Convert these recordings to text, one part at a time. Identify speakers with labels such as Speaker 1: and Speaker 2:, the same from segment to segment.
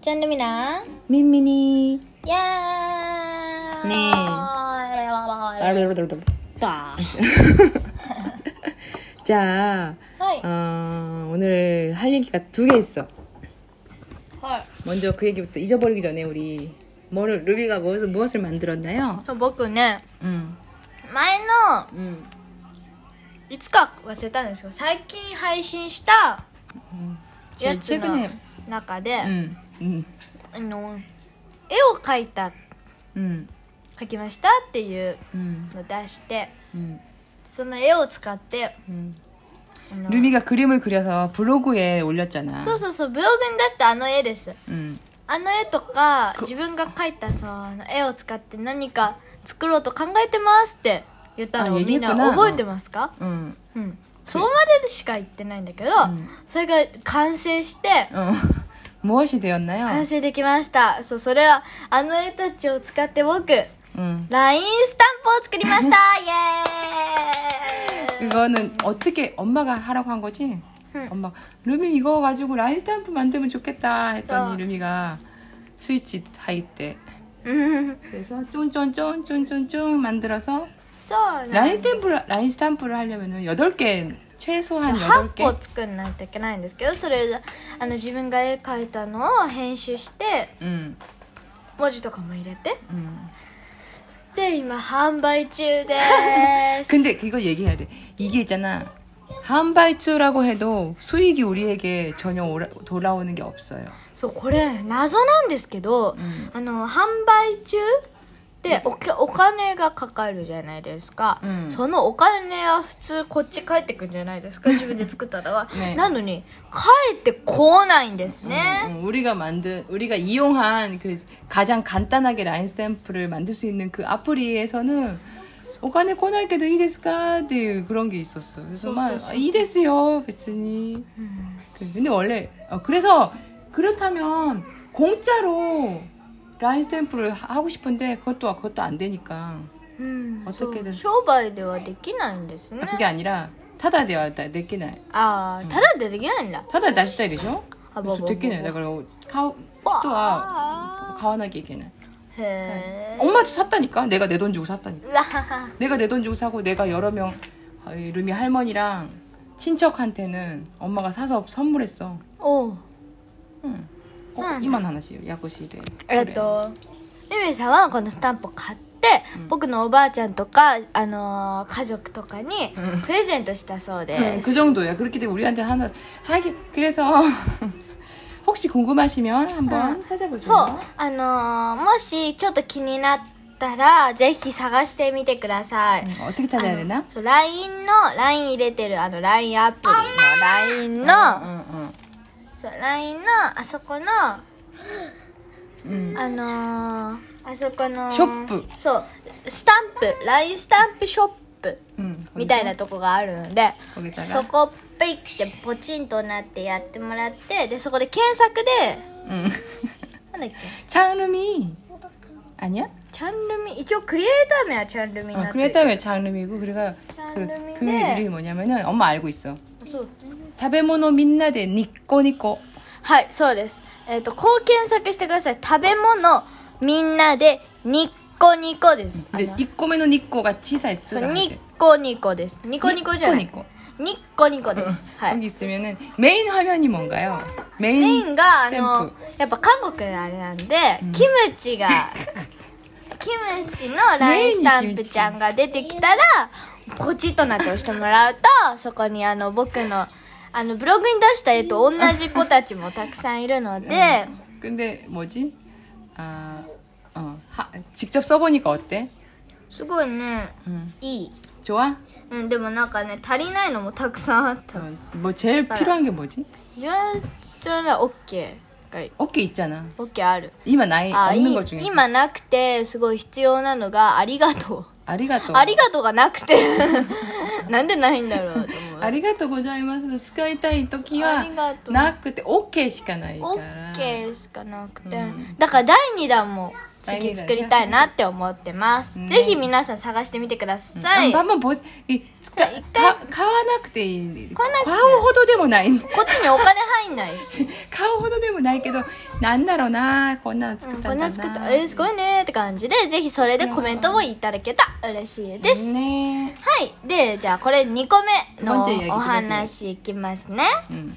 Speaker 1: 짠누미나
Speaker 2: 민민이
Speaker 1: 야
Speaker 2: 네.
Speaker 1: 네.
Speaker 2: 자
Speaker 1: 헐.
Speaker 2: 어, 오늘 할 얘기가 두 개 있어
Speaker 1: 헐.
Speaker 2: 먼저 그 얘기부터 잊어버리기 전에 우리 뭐를 루비가 무엇을, 무엇을 만들었나요?
Speaker 1: そう僕ね
Speaker 2: 응
Speaker 1: 前の
Speaker 2: 응
Speaker 1: いつか忘れたんですけど最近配信したやつ
Speaker 2: 最
Speaker 1: の
Speaker 2: 近ね
Speaker 1: 中で、
Speaker 2: 응 응
Speaker 1: あの絵を描いた
Speaker 2: 응,
Speaker 1: 描きましたっていう
Speaker 2: 응,
Speaker 1: のを出して
Speaker 2: 응,
Speaker 1: その絵を使って、
Speaker 2: 응.
Speaker 1: あの
Speaker 2: 루비가 그림을 그려서 블로그에 올렸잖아
Speaker 1: そうそうそうブログに出したあの絵です
Speaker 2: 응.
Speaker 1: あの絵とか
Speaker 2: く
Speaker 1: 自分が描いたその絵を使って何か作ろうと考えてますって言ったの
Speaker 2: あ
Speaker 1: をみん
Speaker 2: 言
Speaker 1: な
Speaker 2: えてない
Speaker 1: 覚えてますか、
Speaker 2: 응.
Speaker 1: うん、そこまでしか言ってないんだけど、
Speaker 2: ん
Speaker 1: それが完成して、
Speaker 2: 어. 무엇이 되었나요?
Speaker 1: 完成できましたそうそれはあの絵たちを使って僕
Speaker 2: 응.
Speaker 1: LINE スタンプを作り ましたイエーイ
Speaker 2: 이거는 어떻게 엄마가 하라고 한 거지?
Speaker 1: 응.
Speaker 2: 엄마 루미 이거 가지고 라인 스탬프 만들면 좋겠다 했더니
Speaker 1: 어.
Speaker 2: 루미가 스위치 하이 때
Speaker 1: うん、
Speaker 2: 그래서 쫀쫀쫀쫀쫀쫀 만들어서
Speaker 1: そうなんだ
Speaker 2: 라인 스탬프를 라인 스탬프를 하려면은 8개 최소한
Speaker 1: 8
Speaker 2: 8개
Speaker 1: 個作んないといけないんですけどそれあの自分が絵描いたのを編集して
Speaker 2: 응.
Speaker 1: 文字とかも入れて
Speaker 2: 응.
Speaker 1: で今販売中です
Speaker 2: 근데 이거 얘기해야 돼. 이게 있잖아. 한바이츠라고 해도 수익이 우리에게 전혀 오라- 돌아오는 게 없어요.
Speaker 1: そうこれ謎なんですけど、
Speaker 2: ん
Speaker 1: あの販売中でおけお金がかかるじゃないですか、
Speaker 2: うん
Speaker 1: そのお金は普通こっち返ってくんじゃないですか自分で作ったのは、
Speaker 2: ね
Speaker 1: なのに返ってこないんですね、
Speaker 2: 응, 어, 우리가 만든 우리가 이용한 그 가장 간단하게 라인 스탬프를 만들 수 있는 그 아프리에서는 오간에 코나이께도 이데스까 그런 게 있었어. 그래서 막 아, 이데스요, 베츠니. 그, 근데 원래 어, 그래서 그렇다면 공짜로 라인 스탬프를 하- 하고 싶은데 그것도 그것도 안 되니까
Speaker 1: うん
Speaker 2: 어떻게
Speaker 1: そう
Speaker 2: です
Speaker 1: 商売ではできないんですね
Speaker 2: 아, 그게 아니라 타다대야 내끼나
Speaker 1: ああただでできないんだ
Speaker 2: 타다 다시다 되죠?
Speaker 1: 아, 뭐,
Speaker 2: 그래서
Speaker 1: 뭐,
Speaker 2: 됐기는
Speaker 1: 뭐,
Speaker 2: 내가 그러고 카우
Speaker 1: 와.
Speaker 2: 스토아 가와나기 얘기는
Speaker 1: へえ
Speaker 2: 엄마도 샀다니까 내가 내 돈 주고 샀다니까
Speaker 1: うわはは
Speaker 2: 내가 내 돈 주고 사고 내가 여러 명 어, 이 루미 할머니랑 친척한테는 엄마가 사서 선물했어
Speaker 1: おう
Speaker 2: 응. 어,
Speaker 1: 짠.
Speaker 2: 이만 하나씩 야구시대
Speaker 1: えっとゆめさんはこのスタンプを買って、僕のおばあちゃんとか、あのー家族とかにプレゼントしたそうで
Speaker 2: 응, 그
Speaker 1: す、
Speaker 2: 정도야 그렇기 때문에 우리한테 하나 하기 그래서 혹시 궁금하시면 한번
Speaker 1: 응.
Speaker 2: 찾아보세요
Speaker 1: そうあのーもしちょっと気になったらぜひ探してみてください、
Speaker 2: 응, 어떻게
Speaker 1: あ
Speaker 2: 찾아야
Speaker 1: の
Speaker 2: 되나?
Speaker 1: そう LINE の LINE 入れてるあの LINE アプリの LINE の、
Speaker 2: 응, 응.
Speaker 1: そう LINE のあそこの、あのーあそこの
Speaker 2: ショップ
Speaker 1: そうスタンプ LINE スタンプショップ
Speaker 2: 응,
Speaker 1: みたいなとこがあるので
Speaker 2: 거기다가
Speaker 1: そこをペイってポチンとなってやってもらってでそこで検索で
Speaker 2: 응.
Speaker 1: な んだっけ
Speaker 2: 장르미 아니야?
Speaker 1: チャンルミ一応クリエイター名はチャンルミになっ
Speaker 2: 어,
Speaker 1: て
Speaker 2: 그랬다면 장르미고 그래가 그,
Speaker 1: 아, 네. 장르미인데.
Speaker 2: 그 이름이 뭐냐면은 엄마 알고 있어
Speaker 1: そう
Speaker 2: 타베모노 민나데 니꼬니꼬
Speaker 1: はいそうですえっ、とこう検索してください食べ物みんなでニッコニコですあ
Speaker 2: 근데
Speaker 1: の
Speaker 2: 이꼬메노 니꼬가 치사했어
Speaker 1: ニッコニコですニコニコじゃないニッ
Speaker 2: 니꼬니꼬
Speaker 1: コニコですは
Speaker 2: 여기
Speaker 1: い
Speaker 2: 있으면은 메인 화면이 뭔가요?
Speaker 1: メイ
Speaker 2: 메인,
Speaker 1: ンがあの
Speaker 2: 스탬프
Speaker 1: やっぱ韓国あれなんで、キムチ がキムチのラインスタンプちゃんが出てきたらポチッとなって押してもらうとそこにあの僕のあのブログに出した絵と同じ子たちもたくさんいるので
Speaker 2: 근데 뭐지? 아, 어, 하, 직접 써보니까 어때?
Speaker 1: すごいね
Speaker 2: 음,
Speaker 1: いい、
Speaker 2: 좋아?
Speaker 1: うん、でもなんかね足りないのもたくさんあった
Speaker 2: 어, 뭐 제일 필요한 게 뭐지?
Speaker 1: 一番必要な OK が
Speaker 2: 어깨 있잖아
Speaker 1: OK ある
Speaker 2: 이마 아, 나이
Speaker 1: あい
Speaker 2: 없는 것 중에
Speaker 1: 今なくてすごい必要なのがありがとう
Speaker 2: 아리가또
Speaker 1: ありがとうがな くてなんでないんだろうと思う
Speaker 2: ありがとうございます。使いたい時
Speaker 1: ありが
Speaker 2: は
Speaker 1: とう
Speaker 2: なくて OK しかないから。
Speaker 1: オッケーしかなくて、だから第2弾も次作りたいなって思ってます、
Speaker 2: 第二弾ね
Speaker 1: ぜひ皆さん探してみてください、
Speaker 2: 한번 보, 이,
Speaker 1: じゃあ一回
Speaker 2: か買わなくていい
Speaker 1: 買わなくて
Speaker 2: 買うほどでもない
Speaker 1: こっちにお金入んないし
Speaker 2: 買うほどでもないけどなんだろうなこんなの
Speaker 1: う
Speaker 2: 作っ
Speaker 1: ん
Speaker 2: た
Speaker 1: こ
Speaker 2: ん
Speaker 1: ん
Speaker 2: だな、
Speaker 1: な作ったえーすごいねって感じでぜひそれでコメントもいただけたら嬉しいです、
Speaker 2: ね
Speaker 1: はいでじゃあこれ2個目の
Speaker 2: ポンチェ焼き
Speaker 1: お話いきますね
Speaker 2: うん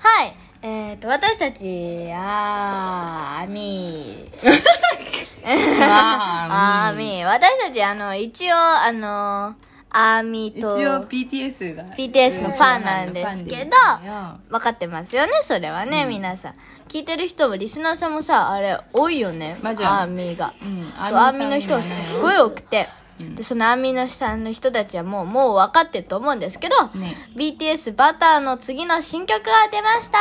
Speaker 1: はいえー、と私たちあーみ
Speaker 2: あ
Speaker 1: あーみ私たちあの一応あのあーみ
Speaker 2: 一
Speaker 1: と
Speaker 2: 応 BTS が
Speaker 1: BTS のファンなんですけど
Speaker 2: ファンでいるのよ
Speaker 1: 分かってますよねそれはね、皆さん聞いてる人もリスナーさんもさあれ多いよね
Speaker 2: マジや
Speaker 1: アーミーが、
Speaker 2: うん
Speaker 1: そうアーミーの人がすっごい多くて、でそのアーミーのさんの人たちはもうもう分かってると思うんですけど、
Speaker 2: ね
Speaker 1: BTS バターの次の新曲が出ました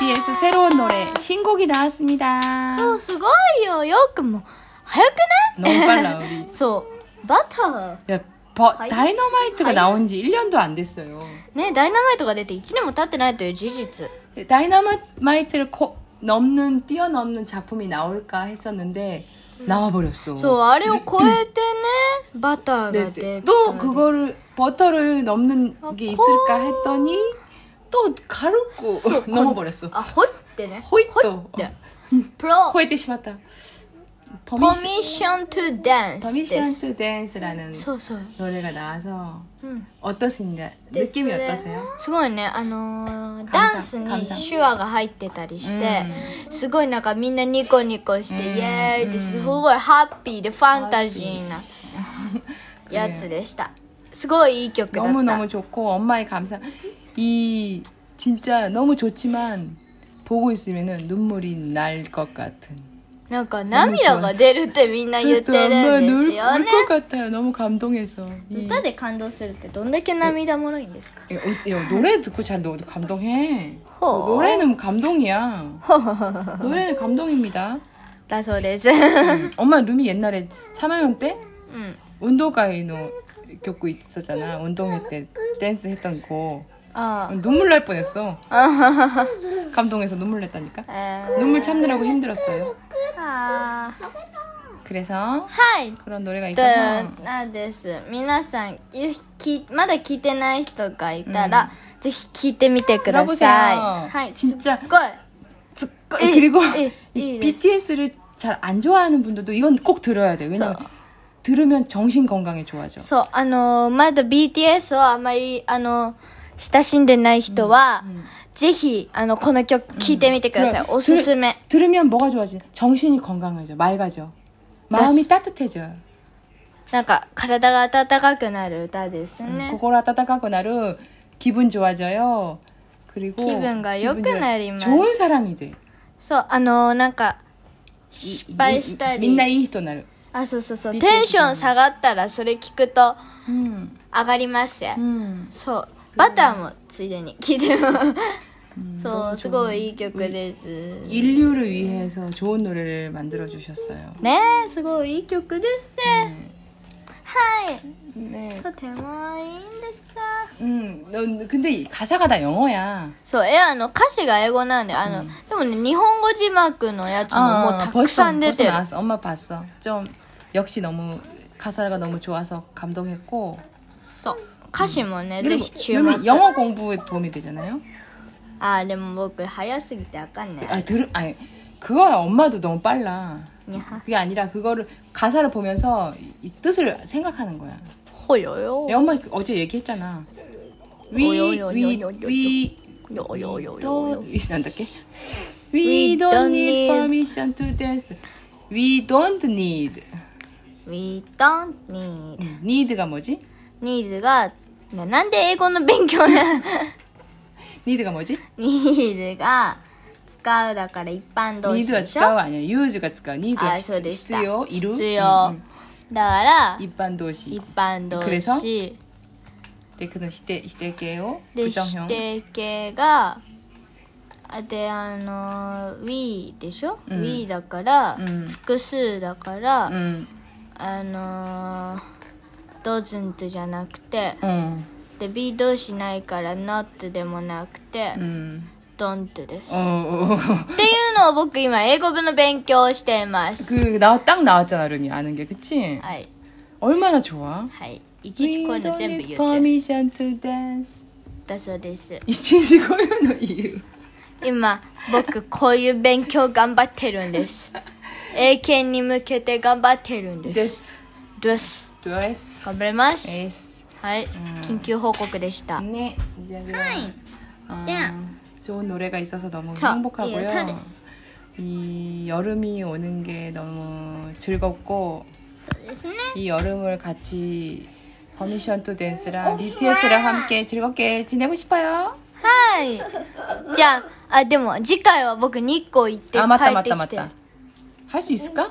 Speaker 2: BTS 새로운 노래 신곡이 나왔습니다.
Speaker 1: そうすごいよよくもう早くない
Speaker 2: 너무 빨라 우리.
Speaker 1: そうバター
Speaker 2: 야, 네, 버,
Speaker 1: 과연?
Speaker 2: 다이너마이트가
Speaker 1: 과연?
Speaker 2: 나온 지 1년도 안 됐어요.
Speaker 1: ねダイナマイトが出て1年も経ってないという事実
Speaker 2: 근데 다이너마이트를 네, 코, 넘는 뛰어넘는 작품이 나올까 했었는데 나와 버렸어.
Speaker 1: そうあれを超えてねバターが
Speaker 2: 네,
Speaker 1: 出て
Speaker 2: 네. 또 그거를 버터를 넘는
Speaker 1: 아,
Speaker 2: 게
Speaker 1: 코.
Speaker 2: 있을까 했더니 또 가로고 넘어 버렸어.
Speaker 1: あほいってね
Speaker 2: ほいっと
Speaker 1: ほってプロ
Speaker 2: 코에 때심었다.
Speaker 1: ポミッショントゥダンスです
Speaker 2: 퍼미션스 댄스라는
Speaker 1: そうそう
Speaker 2: 노래가 나와서
Speaker 1: うん、
Speaker 2: 어떠신가?
Speaker 1: で
Speaker 2: 느낌이
Speaker 1: それ
Speaker 2: 어떠세요?
Speaker 1: すごいねあのー
Speaker 2: 감상
Speaker 1: ダンスに
Speaker 2: 감상
Speaker 1: 手話が入ってたりして、すごいなんかみんなニコニコして、イエーイってすごいハッピーでファンタジーなやつでしたすごいいい曲だった
Speaker 2: 너무 너무 좋고 엄마의 감사. 이 진짜 너무 좋지만 보고 있으면은 눈물이 날 것 같은.
Speaker 1: なんか涙が出るってみん
Speaker 2: 아,
Speaker 1: な言ってるんですよね
Speaker 2: 울것 같아요. 너무 감동해서. 이,
Speaker 1: 歌で感動するってどんだけ涙もろいんですか
Speaker 2: 야, 어, 야, 노래 듣고 잘 너도 감동해.
Speaker 1: 허.
Speaker 2: 노래는 감동이야. 노래는 감동입니다.
Speaker 1: だそう です
Speaker 2: 음, 엄마 룸이 옛날에 3학년 때
Speaker 1: うん
Speaker 2: 運動会の曲 있었잖아. 운동회 때 댄스 했던 거.
Speaker 1: あ
Speaker 2: 눈물 날 뻔했어. 감동해서 눈물 냈다니까.
Speaker 1: あえー
Speaker 2: 눈물 참느라고 힘들었어요.
Speaker 1: あー
Speaker 2: 그래서
Speaker 1: はい。
Speaker 2: 그런 노래가
Speaker 1: と
Speaker 2: 있어서
Speaker 1: なんです。皆さん、ゆきまだ聞いてない人がいたら、ぜひ聞いてみてください。
Speaker 2: 들어보세요.
Speaker 1: はい。すっ
Speaker 2: 진짜
Speaker 1: ごい。
Speaker 2: 이- 그리고
Speaker 1: 이- 이-
Speaker 2: BTS를 잘 안 좋아하는 분들도 이건 꼭 들어야 돼. 왜냐면
Speaker 1: 저-
Speaker 2: 들으면 정신 건강에 좋아져.
Speaker 1: そう、あのーまだ BTS をあまり、あのー親しんでない人は、ぜひ、あの、この曲聞いてみてください。
Speaker 2: 들어-
Speaker 1: おすす め。
Speaker 2: 들, 들으면 뭐가 좋아지? 정신이 건강해져. 맑아져. 마음이
Speaker 1: 다시-
Speaker 2: 따뜻해져요.
Speaker 1: なんか、体が温かくなる歌ですね。
Speaker 2: 고고라 따뜻하고 나루 기분 좋아져요. 그리고
Speaker 1: 기분 가
Speaker 2: 기분
Speaker 1: 요크
Speaker 2: 좋아-
Speaker 1: 날이면.
Speaker 2: 좋은 사람이 돼.
Speaker 1: そう、あのーなんか、失敗したり。
Speaker 2: 민나 이히토 나루.
Speaker 1: あ、そうそうそう。
Speaker 2: BTS
Speaker 1: テンション下がったら、それ聞くと
Speaker 2: 음.
Speaker 1: 上がりますよ。
Speaker 2: 음.
Speaker 1: そうバターもついでに聞いてもそうすごいいい曲ですね
Speaker 2: 인류를 위해서 좋은 노래를 만들어 주셨어요.
Speaker 1: えすごいいい曲ですはい
Speaker 2: 네.
Speaker 1: とてもいいんですさ
Speaker 2: 음, 넌- 근데 이 가사가 다 영어야.
Speaker 1: そうえあの歌詞が英語なんであの、でもね日本語字幕のやつももうたくさ
Speaker 2: 어, 벌써,
Speaker 1: ん出て
Speaker 2: 벌써
Speaker 1: る
Speaker 2: 나왔어. 엄마 봤어. 좀 역시 너무 가사가 너무 좋아서 감동했고.
Speaker 1: そう歌詞もね、ぜ
Speaker 2: 그리고
Speaker 1: ひ注目
Speaker 2: 그러면 영어 공부에 도움이 되잖아요.
Speaker 1: あーでも僕早すぎてわかんない
Speaker 2: 아 들은 아니 그거야 엄마도 너무 빨라.
Speaker 1: にゃは
Speaker 2: 그게 아니라 그거를 가사를 보면서 이, 이 뜻을 생각하는 거야.
Speaker 1: ほよよ
Speaker 2: 내 엄마 어제 얘기했잖아. 어, We we we
Speaker 1: よ
Speaker 2: 어,
Speaker 1: よよよ
Speaker 2: don't we- 난다 게
Speaker 1: We
Speaker 2: We don't
Speaker 1: don't need-
Speaker 2: need permission to dance. We don't need. 음,
Speaker 1: We don't need
Speaker 2: need가 뭐지?
Speaker 1: ニーズが、ね、なんで英語の勉強な
Speaker 2: need가 뭐지?
Speaker 1: ニーズが使うだから一般動詞
Speaker 2: need가
Speaker 1: でしょ
Speaker 2: 使う 아니야. use가 使う.
Speaker 1: あ
Speaker 2: need가
Speaker 1: そうでした
Speaker 2: 必要, 이루. 음,
Speaker 1: 必要、だから
Speaker 2: 일반 도시.
Speaker 1: 一般動
Speaker 2: くれそ
Speaker 1: 詞
Speaker 2: 데크는 시대 네, 시대계요.
Speaker 1: で否
Speaker 2: 부정형.
Speaker 1: 定形があであのー we でしょ、
Speaker 2: うん
Speaker 1: we だから、
Speaker 2: 음.
Speaker 1: 複数だから、
Speaker 2: 음.
Speaker 1: あのー doesn't じゃなくて
Speaker 2: 어.
Speaker 1: で be 動詞ないから not でもなくて、
Speaker 2: 음.
Speaker 1: don't です、
Speaker 2: 어, 어. 어.
Speaker 1: っていうのを僕今英語文の勉強をしています
Speaker 2: 그 나와 딱 나왔잖아, 룸이 아는 게. 그치?
Speaker 1: はい
Speaker 2: 얼마나 좋아?
Speaker 1: はいいちいちこういうの全部
Speaker 2: We
Speaker 1: 言
Speaker 2: don't
Speaker 1: って
Speaker 2: need permission to dance
Speaker 1: だそうです
Speaker 2: いちいち こういうの言う
Speaker 1: 今僕こういう勉強頑張ってるん です英検に向けて頑張ってるんです
Speaker 2: です
Speaker 1: です
Speaker 2: ドレス
Speaker 1: 頑張ります
Speaker 2: エス
Speaker 1: はい緊急報告でした
Speaker 2: ねじゃあ
Speaker 1: はい
Speaker 2: 그럼 아,
Speaker 1: 네.
Speaker 2: 네. 좋은 노래가 있어서 너무
Speaker 1: 저,
Speaker 2: 행복하고요.
Speaker 1: 예, 타데스.
Speaker 2: 이 여름이 오는 게 너무 즐겁고
Speaker 1: そうですね
Speaker 2: 이 여름을 같이 퍼미션 투
Speaker 1: 어,
Speaker 2: 댄스랑 BTS랑 함께 즐겁게 지내고 싶어요.
Speaker 1: はいじゃああでも次回は僕日光行って帰ってきて
Speaker 2: 아 맞다 맞다 맞다. 할 수 있을까?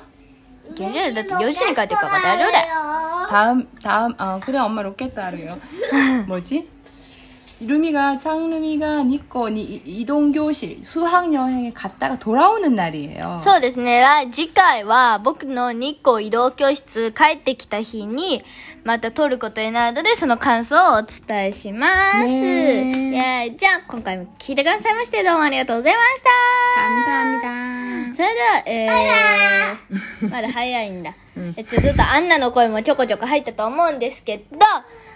Speaker 1: 現在だって4時に帰ってくから大丈夫だよ
Speaker 2: 다음 다음 아 그래 엄마 로켓 따르요. 뭐지? 루미가 창루미가 니꺼 니 이- 이동 교실 수학 여행에 갔다가 돌아오는 날이에요.
Speaker 1: そうですね来次回は僕の日光移動教室帰ってきた日にまた撮ることになるのでその感想をお伝えします、
Speaker 2: ね
Speaker 1: いやじゃあ今回も聞いてくださいましてどうもありがとうございました
Speaker 2: 감사합니다.
Speaker 1: それでは、えー、まだ早いんだ。えっと、ちょっとアンナの声もちょこちょこ入ったと思うんですけど、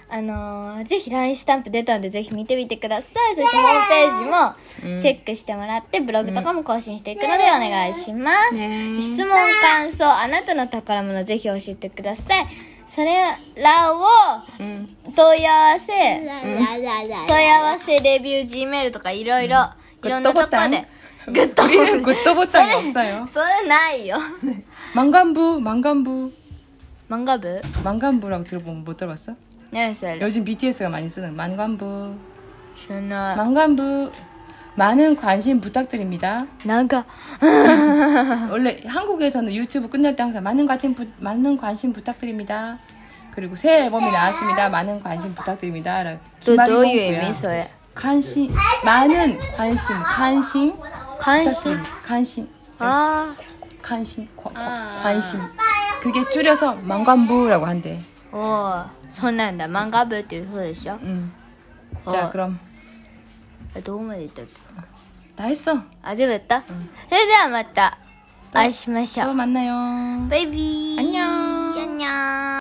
Speaker 1: あのーぜひ LINE スタンプ出たので、ぜひ見てみてください。そしてホームページもチェックしてもらって、ブログとかも更新していくのでお願いします。
Speaker 2: ね
Speaker 1: 質問、感想、あなたの宝物、ぜひ教えてください。それらを
Speaker 2: 응.
Speaker 1: 問い合わせ、問
Speaker 3: 라라라라.
Speaker 1: い合わせ、レビュー、G メールとかいろいろ、いろんなところで。グッドボタン
Speaker 2: 우리는 굿도 어, 보상이 없어요.
Speaker 1: それないよ
Speaker 2: 망간부, 망간부,
Speaker 1: 漫画部
Speaker 2: 망간부라고 들어보면 못 들어봤어?
Speaker 1: ねえそれ
Speaker 2: 요즘 BTS가 많이 쓰는 망간부,
Speaker 1: 知らな
Speaker 2: 망간부. 많은 관심 부탁드립니다.
Speaker 1: いなんか
Speaker 2: 원래 한국에서는 유튜브 끝날 때 항상 많은 관심 부, 많은 관심 부탁드립니다. 그리고 새 앨범이 나왔습니다. 많은 관심 부탁드립니다. 라고
Speaker 1: ど
Speaker 2: 기말이
Speaker 1: どういう意
Speaker 2: 홍보야.
Speaker 1: 味それ
Speaker 2: 관심 많은 관심 관심
Speaker 1: 関心
Speaker 2: 부탁드립니다. 관심
Speaker 1: あ
Speaker 2: 관심 관- 관- 관심 그게 줄여서 망관부라고 한대.
Speaker 1: あおおそうなんだ漫画部っていうそうでしょ
Speaker 2: 음.
Speaker 1: 어.
Speaker 2: 자 그럼
Speaker 1: あどこまでいったっけ
Speaker 2: 다 했어.
Speaker 1: あ全部やった、それではまた
Speaker 2: どう
Speaker 1: 会いしましょ
Speaker 2: 또
Speaker 1: う
Speaker 2: 만나요.
Speaker 1: バイビー
Speaker 2: 안녕
Speaker 1: やんにゃー